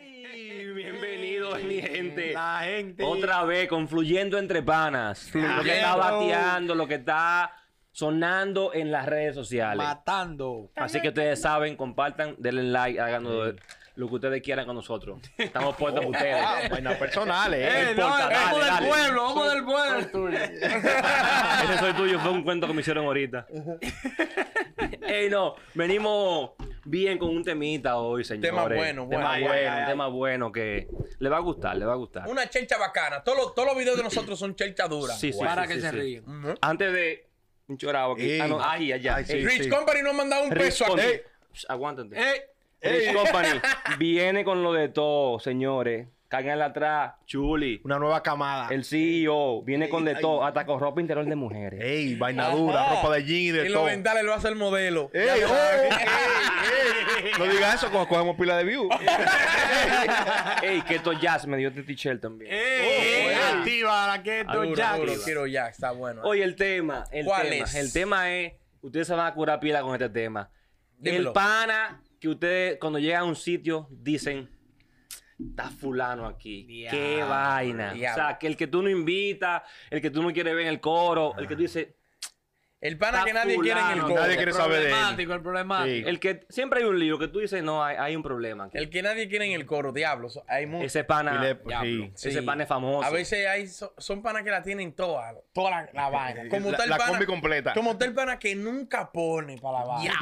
Ey, bienvenidos, mi gente. La gente. Otra vez, confluyendo entre panas. Lo que está Fluyendo. bateando, lo que está sonando en las redes sociales. Matando. Así que ustedes saben, compartan, denle like, hagan lo- lo que ustedes quieran con nosotros. Estamos puestos para ustedes. Bueno, personales, eh. Eh, No no, importa, el dale, vamos del dale. pueblo, vamos del pueblo. ah, Ese soy tuyo, fue un cuento que me hicieron ahorita. Ey, no, venimos bien con un temita hoy, señores. Tema bueno, bueno. Tema Ay, ay, bueno, ay, ay. tema bueno que le va a gustar, le va a gustar. Una chelcha bacana. Todos los, todos los videos de nosotros son chelcha dura. Sí, sí, Para sí, que sí, se sí. ríen. Ujú. Antes de un chorado aquí. Ey. Ah, no, ahí, allá. Ay, sí, Ey, Rich Company no ha mandado un Rich peso Company. aquí. Ey, sh, Aguántate. Pues, Eh, Rich Company viene con lo de todo, señores. Cáganla atrás, Chuli. Una nueva camada. El CEO viene con de todo, hasta con ropa interior de mujeres. Ey, vaina dura, Ajá. ropa de jean y de En los todo. vendales lo hace el modelo. Ey, oh, ey, ey. No digas eso, cuando cogemos pila de view. Ey, que esto jazz me dio este t-shirt también. Oh, eh, activa la que Ah, duro, tú ya. Duro, quiero ya, está bueno. Oye, el tema, el ¿Cuál tema, es? el tema es, ustedes se van a curar pila con este tema. Dímelo. El pana que ustedes cuando llegan a un sitio dicen, está fulano aquí, qué vaina. Diablo. O sea, que el que tú no invitas, el que tú no quieres ver en el coro, el que tú dices, El pana Está que nadie quiere en el fulano, coro. nadie quiere saber de él. Problemático, el problemático. el que siempre hay un lío, que tú dices, no, hay, hay un problema. aquí". El que nadie quiere en el coro, diablos. Hay mucho. Ese pana, Dile, pues, diablo, sí. ese pana es famoso. A veces hay, so- son panas que la tienen toda, toda la, la vaina. Como La- tal la pana, combi completa. Como tal pana que nunca pone para la vaina.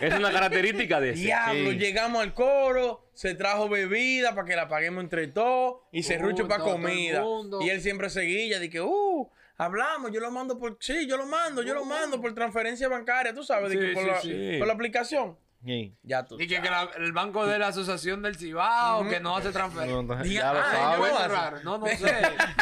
Es una característica de ese. Diablo, Sí. llegamos al coro, se trajo bebida para que la paguemos entre todos y serrucho Todo, para todo el comida. mundo. Y él siempre seguía, de que, uh, hablamos, yo lo mando por, sí, yo lo mando, yo lo mando por transferencia bancaria, tú sabes, de que Sí, por, sí, la, sí. por la aplicación. Sí. Ya tú. Y que, que la- el banco de la asociación del Cibao, que no hace transferencia. No, no, Di- ya lo ah, sabes. yo- Cuento hace. raro. No, no sé.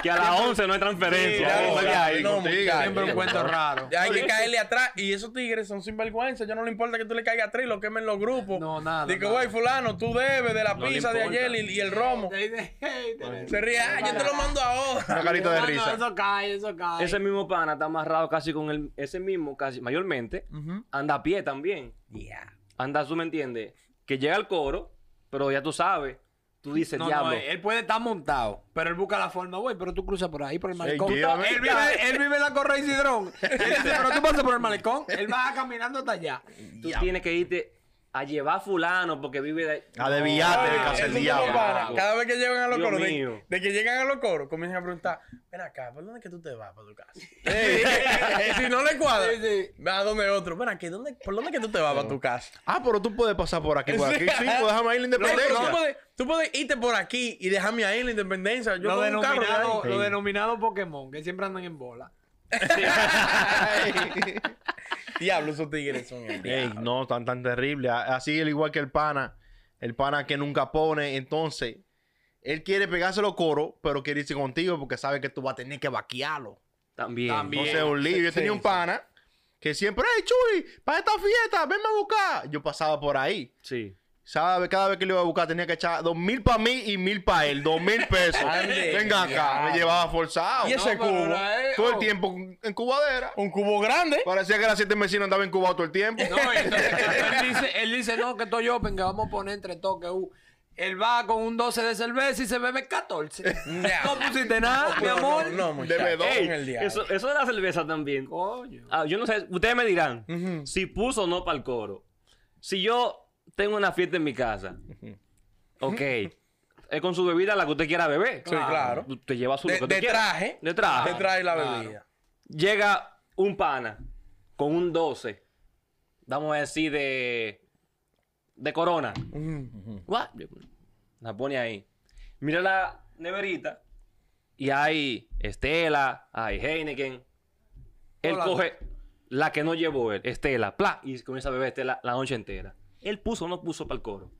Que a las 11 no hay Sí, transferencia. ya Oh, lo Oye, sabía. ahí No, contigo. muchacho. Siempre un cuento raro. Hay que caerle atrás. Y esos tigres son sinvergüenza. Ya no le importa que tú le caigas atrás y lo quemen los grupos. No, nada, Digo, nada. güey, fulano, tú debes de la No le pizza de importa. ayer y, y el romo. Ey, ey, ey, tenés- Se ríe, ah, yo te lo mando ahora. Una carita de No, no, risa. Eso cae, eso cae. Ese mismo pana está amarrado casi con el. Ese mismo, casi mayormente, anda a pie también. Ya. Anda, tú me entiendes. Que llega al coro, pero ya tú sabes. Tú dices, No, diablo. no, eh, él puede estar montado, pero él busca la forma, güey, pero tú cruzas por ahí, por el malecón. llévame. él, vive, él vive en la Correa Isidrón. Él dice, pero tú pasas por el malecón. Él va caminando hasta allá. tú tienes que irte a llevar a fulano porque vive de. A desviarte de Ah, casa el eso Esos diablo. son los panas, Cada vez que llegan a los Dios coros, de, mío. de que llegan a los coros, comienzan a preguntar: Ven acá, ¿por dónde es que tú te vas para tu casa? Y si no le cuadra, Sí, sí. va a donde otro. Ven aquí, ¿dónde, ¿por dónde es que tú te vas para tu casa? Ah, pero tú puedes pasar por aquí, por aquí. Sí, pues déjame Loco, ir la tú, independencia. puedes, tú puedes irte por aquí y dejarme ahí en la independencia. Yo Lo con un carro de ahí. denominado, ahí. lo Sí. denominado Pokémon, que siempre andan en bola. Diablo, esos tigres son el Ey, diablo. no, tan tan terrible. A- Así el igual que el pana, el pana que nunca pone, entonces él quiere pegarse los coros, pero quiere irse contigo porque sabe que tú vas a tener que vaquearlo. También. También. No sé, un lío. Yo Sí, tenía un sí. pana que siempre, hey, Chuy, para esta fiesta, venme a buscar. Yo pasaba por ahí. Sí. ¿Sabe? Cada vez que lo iba a buscar tenía que echar dos mil para mí y mil para él, dos mil pesos. Ande, Venga acá, diablo. me llevaba forzado. Y ese No, pero cubo, era él. Todo el Oh. tiempo en cubadera. un cubo grande. eh, Parecía que las siete vecinas andaba incubado todo el tiempo. Eh, No, entonces, él, dice, él dice, no, que estoy open, que vamos a poner entre toques. Uh. Él va con un 12 de cerveza y se bebe 14. Ya. No pusiste nada, mi No, amor. No, no, muchacho. Bebedor. Con Ey, el diablo. eso, eso de la cerveza también. Coño. Ah, yo no sé, ustedes me dirán si puso o no para el coro. Si yo tengo una fiesta en mi casa, ok, es con su bebida la que usted quiera beber. Sí, claro. Usted lleva su lo De, que de usted quiera. traje. De traje. Te trae la Claro. bebida. Llega un pana con un 12, vamos a decir de, de corona. Guau, La pone ahí. Mira la neverita y hay Estela, hay Heineken. Él Hola. coge la que no llevó él, Estela, pla, y comienza a beber Estela la noche entera. Él puso o no puso para el coro.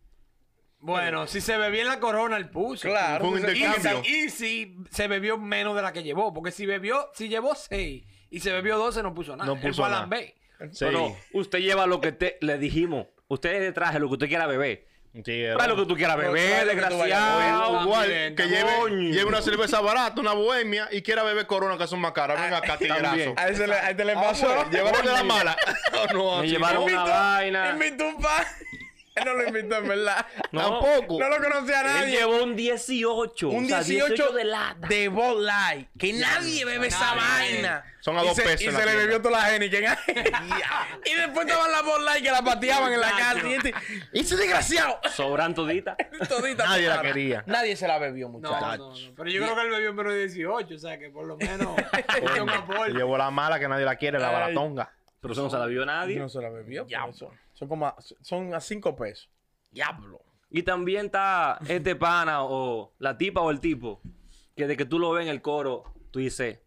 Bueno, si se bebió en la corona, el puso. Claro. Fue un entonces- Y, intercambio. si- y si se bebió menos de la que llevó. Porque si bebió, si llevó 6 y se bebió 12, no puso nada. No Él puso fue a nada. lamber. Sí. Pero usted lleva lo que te, le dijimos. Usted traje lo que usted quiera beber. Sí, Trae lo que tú quieras No, beber, trae lo que tú vayas a desgraciado. beber. Igual También, que coño. lleve, lleve una cerveza barata, una bohemia y quiera beber corona que son más caras. Venga acá, tigrazo. también. A ese le, a este le pasó. Llevaron de la mala. Oh, no, Me así no. llevaron una vaina. Invitó un pan. Él no lo invitó, en verdad. No. Tampoco. No lo conocía a Él nadie. llevó un 18. un o sea, 18, de lata. de Bud Light. Que nadie bebe esa vaina. Son a Y dos se- pesos Y en se la le tienda. bebió toda la gente. y después estaban las Bud Light que la pateaban en la calle. Y este- Y ese desgraciado. Sobran todita. Todita Nadie la para. quería. Nadie se la bebió, No, muchachos. no, no. Pero yo creo que él bebió menos de 18. O sea, que por lo menos. Coño, un aporte. Llevó la mala que nadie la quiere, la baratonga. Pero eso no se la vio nadie. No se la bebió. Ya. pues. por eso. Son como a, son a cinco pesos. Diablo. Y también está este pana o la tipa o el tipo que de que tú lo ves en el coro, tú dices,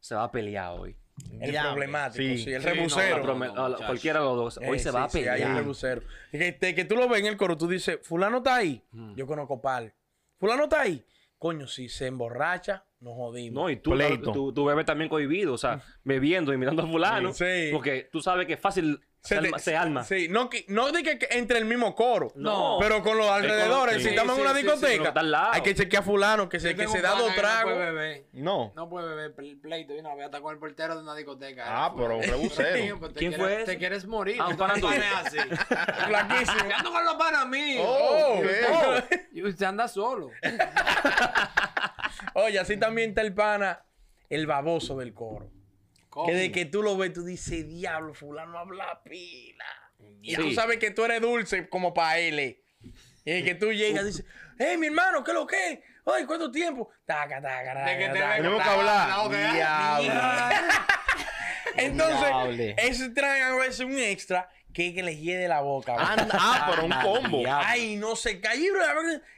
se va a pelear hoy. El problemático. Sí, Sí. el Sí, no, rebusero. pues. La prome- no, no, a la- muchacho. cualquiera de los dos. Hoy Eh, se sí, va a sí, hay un pelear. rebusero. Y Que, te- que tú lo ves en el coro, tú dices, fulano está ahí, yo conozco pal. Fulano está ahí. Coño, si se emborracha, nos jodimos. no, y tú, Pleito. tú, tú bebes también cohibido, o sea, bebiendo y mirando a fulano. Sí, sí. Porque tú sabes que fácil se, te- alma. se alma. Sí, no, que- no de que, que entre el mismo coro. No. Pero con los alrededores. sí, si estamos en sí, una sí, sí, pero discoteca, está al lado. hay que chequear a fulano que se, Yo que tengo se un da pana dos que No tragos. puede beber. No. No puede beber pl- pleito de una vez hasta con el portero de una discoteca. Ah, Fue- pero un rebusero. Tío, pues te ¿Quién quieres- fue ese? Te quieres morir. Ah, un pana Tú tuyo. me así. Flaquísimo. Yo ando con los panas míos. Oh, ok. oh. Y usted anda solo. Oye, así también está el pana, el baboso del coro. ¿Cómo? Que de que tú lo ves, tú dices, diablo, fulano habla pila. Y tú Sí. sabes que tú eres dulce como para él. eh. Y que tú llegas y dices, hey, mi hermano, ¿qué es lo que es? Ay, ¿cuánto tiempo? Taca, taca, taca, De que ¿eh? te taca. ve con Tenemos que la- hablar. la otra- Entonces, Miserable. ese traen a veces un extra que es que les hiede la boca. bro. Anda, ah, pero un combo. Ay, no se cae.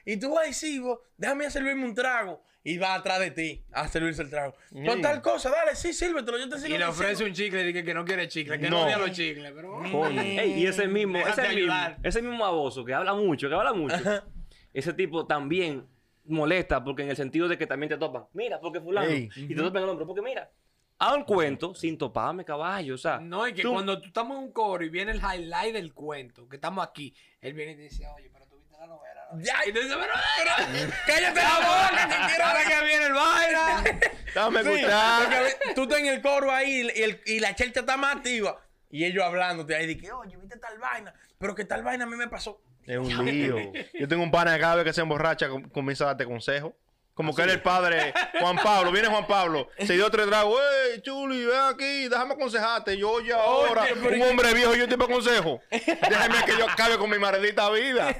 Y tú vas a decir, "Bo, déjame servirme un trago. Y va atrás de ti a servirse el trago. Con tal cosa, dale, sí, sírvetelo. Yo te sirvo. Y le te ofrece sirvo". un chicle y dice que no quiere chicle, que no No. odia los chicles, pero bueno. Ey, y ese mismo, Déjate ese mismo, ayudar. ese mismo baboso que habla mucho, que habla mucho. ese tipo también molesta porque en el sentido de que también te topan. Mira, porque fulano. Ey. Y te topan el hombro, porque mira. Hago el cuento sin toparme, caballo. O sea, Mm. No, y que tú- cuando tú estamos en un coro y viene el highlight del cuento, que estamos aquí, él viene y te dice, oye, pero tú viste la novela. ¿no?" Ya, Y tú dices, pero, pero, cállate la boca, que quiero ahora que viene el baile. Dame Sí, gustar. porque tú estás en el coro ahí y, el- y la chelcha está más activa. Y ellos hablándote ahí de que, oye, viste tal vaina, pero que tal vaina a mí me pasó. Es un lío. Yo tengo un pana que cada vez que se emborracha com- comienza a darte consejo. Como Ah, que era el padre Juan Pablo. Viene Juan Pablo. Se dio tres tragos. ¡Ey, Chuli, ven aquí! Déjame aconsejarte. Yo oye ahora, Oye, pero- un hombre viejo, yo te pido consejo. Déjame que yo acabe con mi maldita vida.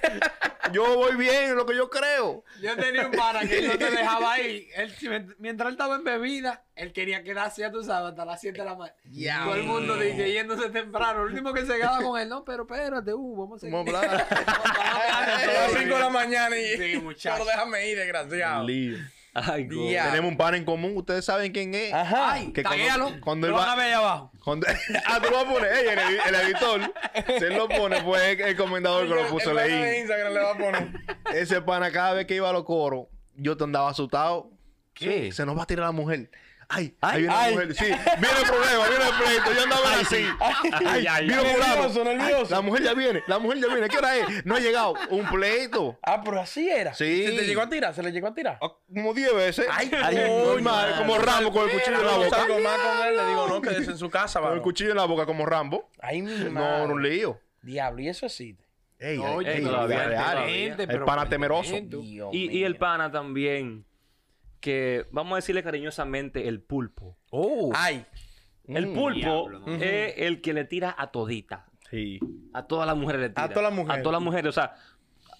Yo voy bien, lo que yo creo. Yo tenía un pana que no te dejaba ahí. Él, si- mientras él estaba en bebida, él quería quedarse, ya tú sabes, hasta las 7 de la mañana. Todo el mundo dice, yéndose temprano. El último que se quedaba con él, no, pero espérate, uh, vamos a seguir. Vamos a hablar. A las 5 de la mañana y. Sí, muchacho. Pero déjame ir, desgraciado. Un lío. ay, go- Ya. Ah. Tenemos un pana en común. Ustedes saben quién es. Ajá. Ay, Que cuando- taguéalo. cuando él Lo va- van a ver ahí abajo. Cuando- ah, tú lo vas a poner. Ey, el, edi- el editor. Se lo pone, fue el, el comendador que lo puso El pana de leí. Instagram le va a poner. Ese pana, cada vez que iba a los coros, yo te andaba asustado. ¿Qué? Se nos va a tirar la mujer. Ay, ahí Ay, viene ay. la mujer. Sí, viene el problema, viene el pleito. Yo andaba así. Ay, ay, Vino ay. fulano. Nervioso, nervioso. La mujer ya viene, la mujer ya viene. ¿Qué hora es? No ha llegado. Un pleito. Ah, pero así era. Sí. Se te llegó a tirar, se le llegó a tirar. Como 10 veces. Ay, normal, madre. Como Rambo con el cuchillo en la no boca. salgo más con él, le digo, no, quédese en su casa, Con el varón. cuchillo en la boca, como Rambo. Ay, mi No, madre. no lío. Diablo, y eso existe. Ey, ay, Oye, ey, todavía, vida real. todavía. Gente, El pero pana por temeroso. momento. Dios Y, y el mío. pana también, que vamos a decirle cariñosamente el pulpo. Oh. Ay, El Mm, pulpo es el que le tira a todita. Sí. A todas las mujeres le tira. A todas las mujeres. A todas las mujeres. O sea,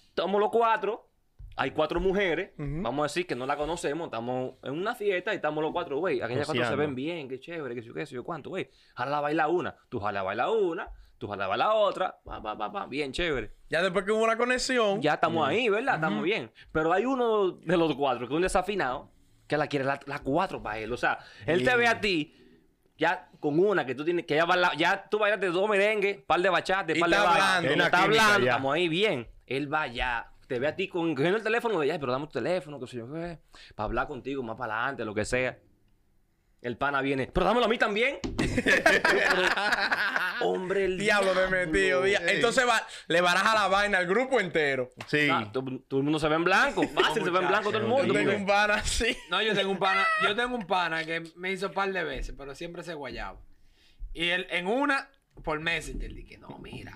estamos los cuatro. Hay cuatro mujeres. Vamos a decir que no la conocemos. Estamos en una fiesta y estamos los cuatro, güey. Aquellas cuatro se Joseando. ven bien. Qué chévere, qué sé yo, qué sé yo, cuánto, güey. Jala baila una. Tú jala baila una. Tú jala baila otra. Pa, pa, pa, pa. Bien chévere. ya después que hubo una conexión. Ya estamos ahí, ¿verdad? Estamos bien. Pero hay uno de los cuatro que es un desafinado que la quiere la, la cuatro para él. O sea, él te ve a ti ya con una que tú tienes que ya, baila- ya tú bailaste dos merengues, par de bachate, Y par de está baile. hablando. Él Una Está química hablando, ya. estamos ahí bien. Él va allá, te ve a ti con cogiendo el teléfono de allá, pero dame tu teléfono, que sé yo qué, para hablar contigo más para adelante, lo que sea. El pana viene, pero dámelo a mí también. Hombre, el Diablo me metí, oh, dia- Entonces va- le baraja la vaina al grupo entero. Sí. Ah, todo, todo el mundo se ve en blanco. Fácil, se ve en blanco todo el mundo. Yo tengo porque- un pana así. No, yo tengo un pana, yo tengo un pana que me hizo un par de veces, pero siempre se guayaba. Y él, en una, por Messenger, dije, no, mira,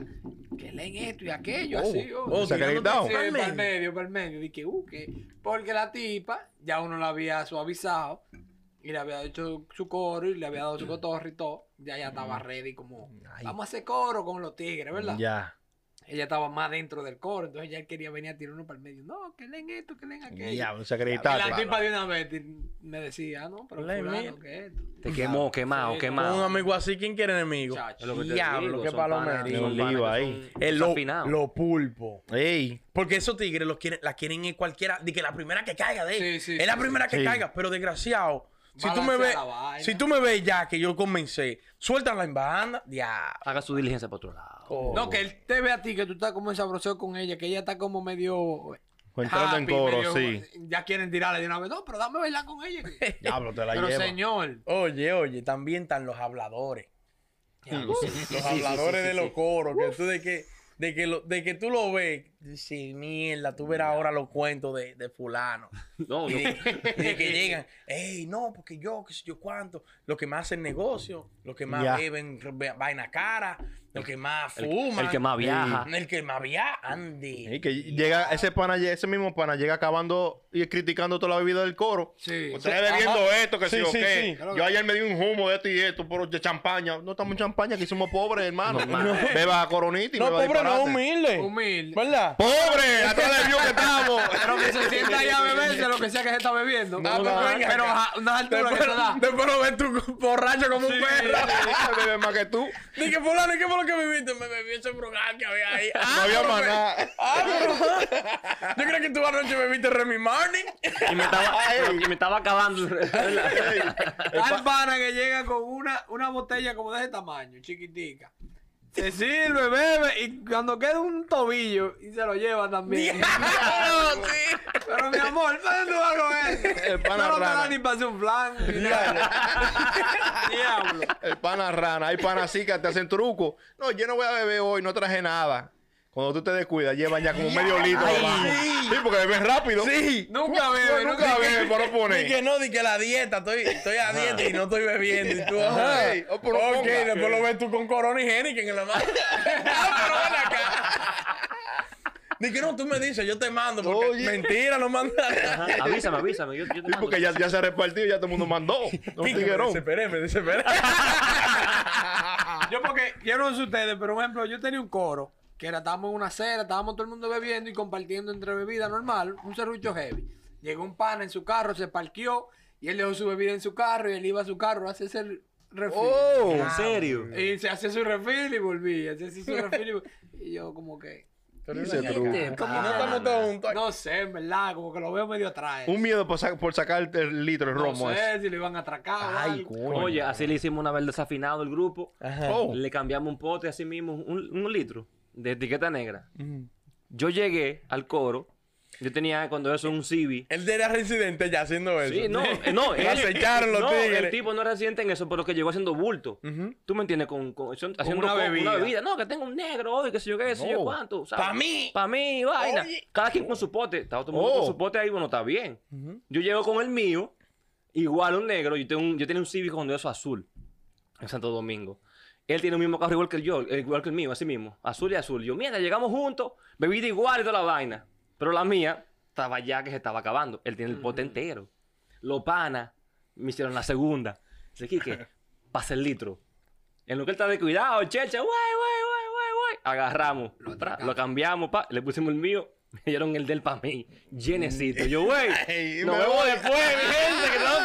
que leen esto y aquello, así, oh. oh, se ha Tirándote acreditado. así, Pa'l medio. pa'l medio, para el medio. Dije, uh, que, porque la tipa, ya uno la había suavizado, y le había hecho su coro, y le había dado su cotorro y todo, ya ya estaba ready, como, vamos a hacer coro con los tigres, ¿verdad? Mm. Ya. Ella estaba más dentro del coro, entonces ya él quería venir a tirar uno para el medio. No, que leen esto, que leen aquello. Diablo, se Y la acreditaste. tipa de una vez ti- me decía, ah, no, pero Le fulano, mira. ¿qué es esto? Te quemó, quemado, Sí, Con un quemado. amigo así, ¿quién quiere enemigo? Chacho. Es lo que te Diablo, digo, qué son panas- palomería. son panas Oliva que ahí. son El lo, desafinados. lo pulpo. Ey. Porque esos tigres los quieren, la quieren en cualquiera. De que la primera que caiga, de Sí, sí, Es la sí, primera que Sí. caiga, pero desgraciado. Si tú, me Balancea ves, la vaina. si tú me ves ya que yo comencé, suéltala en banda, ya. Haga su diligencia para otro lado. No, que él te ve a ti, que tú estás como ensabrosado con ella, que ella está como medio. Entrando en happy, medio- coro, sí. Ya quieren tirarle de una vez. No, pero dame bailar con ella. que- Diablo, te la pero lleva. señor. Oye, oye, también están los habladores. Los habladores de los coros, que tú de que, de que, lo- de que tú lo ves, sí, mierda, tú verás ahora los cuentos de, de fulano. No, Y yo- de, y de que llegan, hey, no, porque yo, qué sé yo cuánto, lo que más hacen negocio, lo que más Ya. beben ve- vaina cara, lo que más el- fuman. el que más viaja. El que más viaja, Andy. Y que llega ese pana, ese mismo pana llega acabando y criticando toda la bebida del coro. Sí. Ustedes bebiendo esto, que sí, Sí, o sí, qué. sí. Yo ayer me di un humo de esto y esto, pero de champaña. No estamos en champaña, que somos pobres, hermano. Beba coronita y No, beba pobre, no, disparate. humilde. Humilde. ¿Verdad? ¡Pobre! ¡Atrás del view que estamos! Pero que se sienta ahí a beberse lo que sea que se está bebiendo. Ah, No, pero no, venga, pero acá. a unas alturas que Después, se da. después lo ves tú borracho como un perro. Ese bebe más que tú. Dije, fulano, ¿y ¿qué fue lo que viviste? Me bebí ese brugal que había ahí. No había pero más me- nada. Ah, pero- Yo creo que tú anoche bebiste Remy Martin. y, me estaba, Ay. y me estaba acabando. Ey, el Hay pa- pana que llega con una, una botella como de ese tamaño, chiquitica. Se sirve, bebe, y cuando queda un tobillo, y se lo lleva también. ¡Diablo, sí! Pero mi amor, ¿para dónde vas con eso? El pana no te rana. da ni para hacer un flan. ni nada. Diablo. El pana rana. Hay pana así que te hacen truco. No, yo no voy a beber hoy, no traje nada. Cuando tú te descuidas, llevan ya como medio litro. Ay, abajo. sí. sí, porque beben rápido. Sí. Nunca bebe, Nunca bebe, pero pone. Dije, no, dije la dieta. Estoy, estoy a dieta y no estoy bebiendo. Y tú, Ajá. ajá. Ey, oh, ok, pero ponga. después lo ves tú con corona higiénica en la mano. ah, pero ven acá. Dije, no, tú me dices, yo te mando. Porque Oye. mentira, no manda nada. Ajá, Avísame, avísame. Yo, yo te Sí, mando. porque ya, ya se ha repartido, ya todo el mundo mandó. Un Dije, me tiguerón. desesperé, me desesperé. Yo porque, yo no sé ustedes, pero por ejemplo, yo tenía un coro, que era, estábamos en una cera, estábamos todo el mundo bebiendo y compartiendo entre bebida normal, un serrucho heavy. Llegó un pana en su carro, se parqueó, y él dejó su bebida en su carro, y él iba a su carro a hacerse el refil. Oh. ¿En serio? Y Eh. se hacía su refil y volvía, se hacía su refil y volvía. Y yo como que, Pero Ese no, truco. Este como no pana. estamos todos juntos. no sé, en verdad, como que lo veo medio atrás. Un miedo por, sa- por sacar el- el litro, el romo no ese. sé si lo iban a atracar. o Ay, algo. coño. Oye, así le hicimos una vez desafinado el grupo. Ajá. Oh. Le cambiamos un pote así mismo, un, un litro de etiqueta negra. Yo llegué al coro. Yo tenía cuando eso un CB. Él era residente ya haciendo eso. Sí, no, eh, no, Lo acecharon los no, el tigres. tipo no era residente en eso, pero que llegó haciendo bulto. ¿Tú me entiendes? Con, con- son- haciendo una co- bebida. No, que tengo un negro hoy, que sé yo qué, qué sé yo No. cuánto. Pa' mí. Para mí, vaina. Oye. Cada quien con su pote. Estaba todo el mundo Oh. con su pote ahí, bueno, está bien. Yo llego con el mío, igual un negro. Yo, tengo un, yo tenía un cívico con eso azul en Santo Domingo. Él tiene el mismo carro igual que el yo, eh, igual que el mío, así mismo. Azul y azul. Yo, mierda, llegamos juntos, bebida igual y toda la vaina. Pero la mía estaba ya que se estaba acabando. Él tiene el pote entero. Los panas me hicieron la segunda. Dice, Quique, pasa el litro. En lo que él está de cuidado, checha, guay, guay, guay, guay, guay. Agarramos, tra, lo, cambiamos, pa, le pusimos el mío, me dieron el del pa' mí, llenecito. Yo, güey, Ay, nos me vemos voy. después, mi gente, que tengo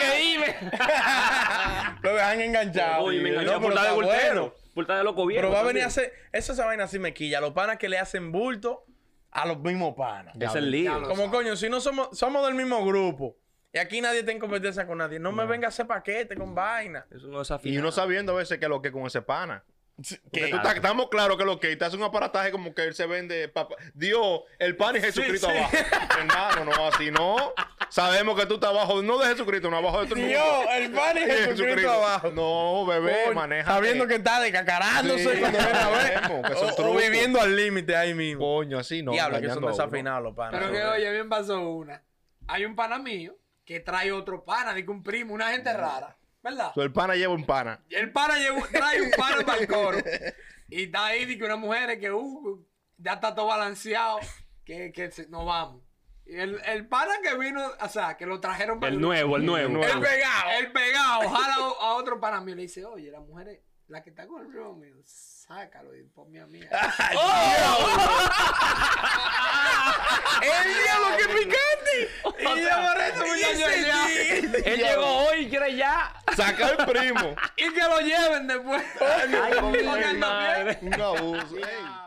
que irme. Lo dejan enganchado. Oye, me No, enganchó pero por estar de está voltero, bueno. por estar de loco viejo. Pero va a venir también. a hacer. Eso esa vaina así me quilla. Los panas que le hacen bulto a los mismos panas. Es el lío. Diablo. Como coño, si no somos, somos del mismo grupo. Y aquí nadie está en competencia con nadie. No, me venga a hacer paquete con vaina. Eso no es Y uno sabiendo a veces que lo que con ese pana. Que tú estás- estamos claros que lo que te hace un aparataje como que él se vende papa- Dios, el pan y Jesucristo sí. abajo. Hermano, no, así no. Sabemos que tú estás abajo, no de Jesucristo, no abajo de tu Dios, el pan y Jesucristo abajo. No, bebé, Coño, maneja. Está viendo que está Sí, descacarándose cuando viene a sabemos ver. que son O- o, trucos. viviendo al límite ahí mismo. Coño, así no. Diablo, que son engañando a uno. desafinados los panas. Pero que, oye, bien pasó una. Hay un pana mío que trae otro pana, de que un primo, una gente rara, ¿verdad? So, El pana lleva un pana. Y el pana lleva- trae un pana para el coro. Y está ahí, de que una mujer que, uh, ya está todo balanceado, que, que se- nos vamos. Y el, el pana que vino, o sea, que lo trajeron para El nuevo, el nuevo. nuevo. El pegado. El pegado. Jala a a otro pana mío. Le dice, oye, la mujer, es- la que está con el primo mío, sácalo y ponme a mí. ¡El diablo, qué picante! Y yo por eso, muchacho, ya. Él llegó hoy y quiere ya. Saca el primo. Y que lo lleven después. Porque anda bien. madre. Un abuso. ey.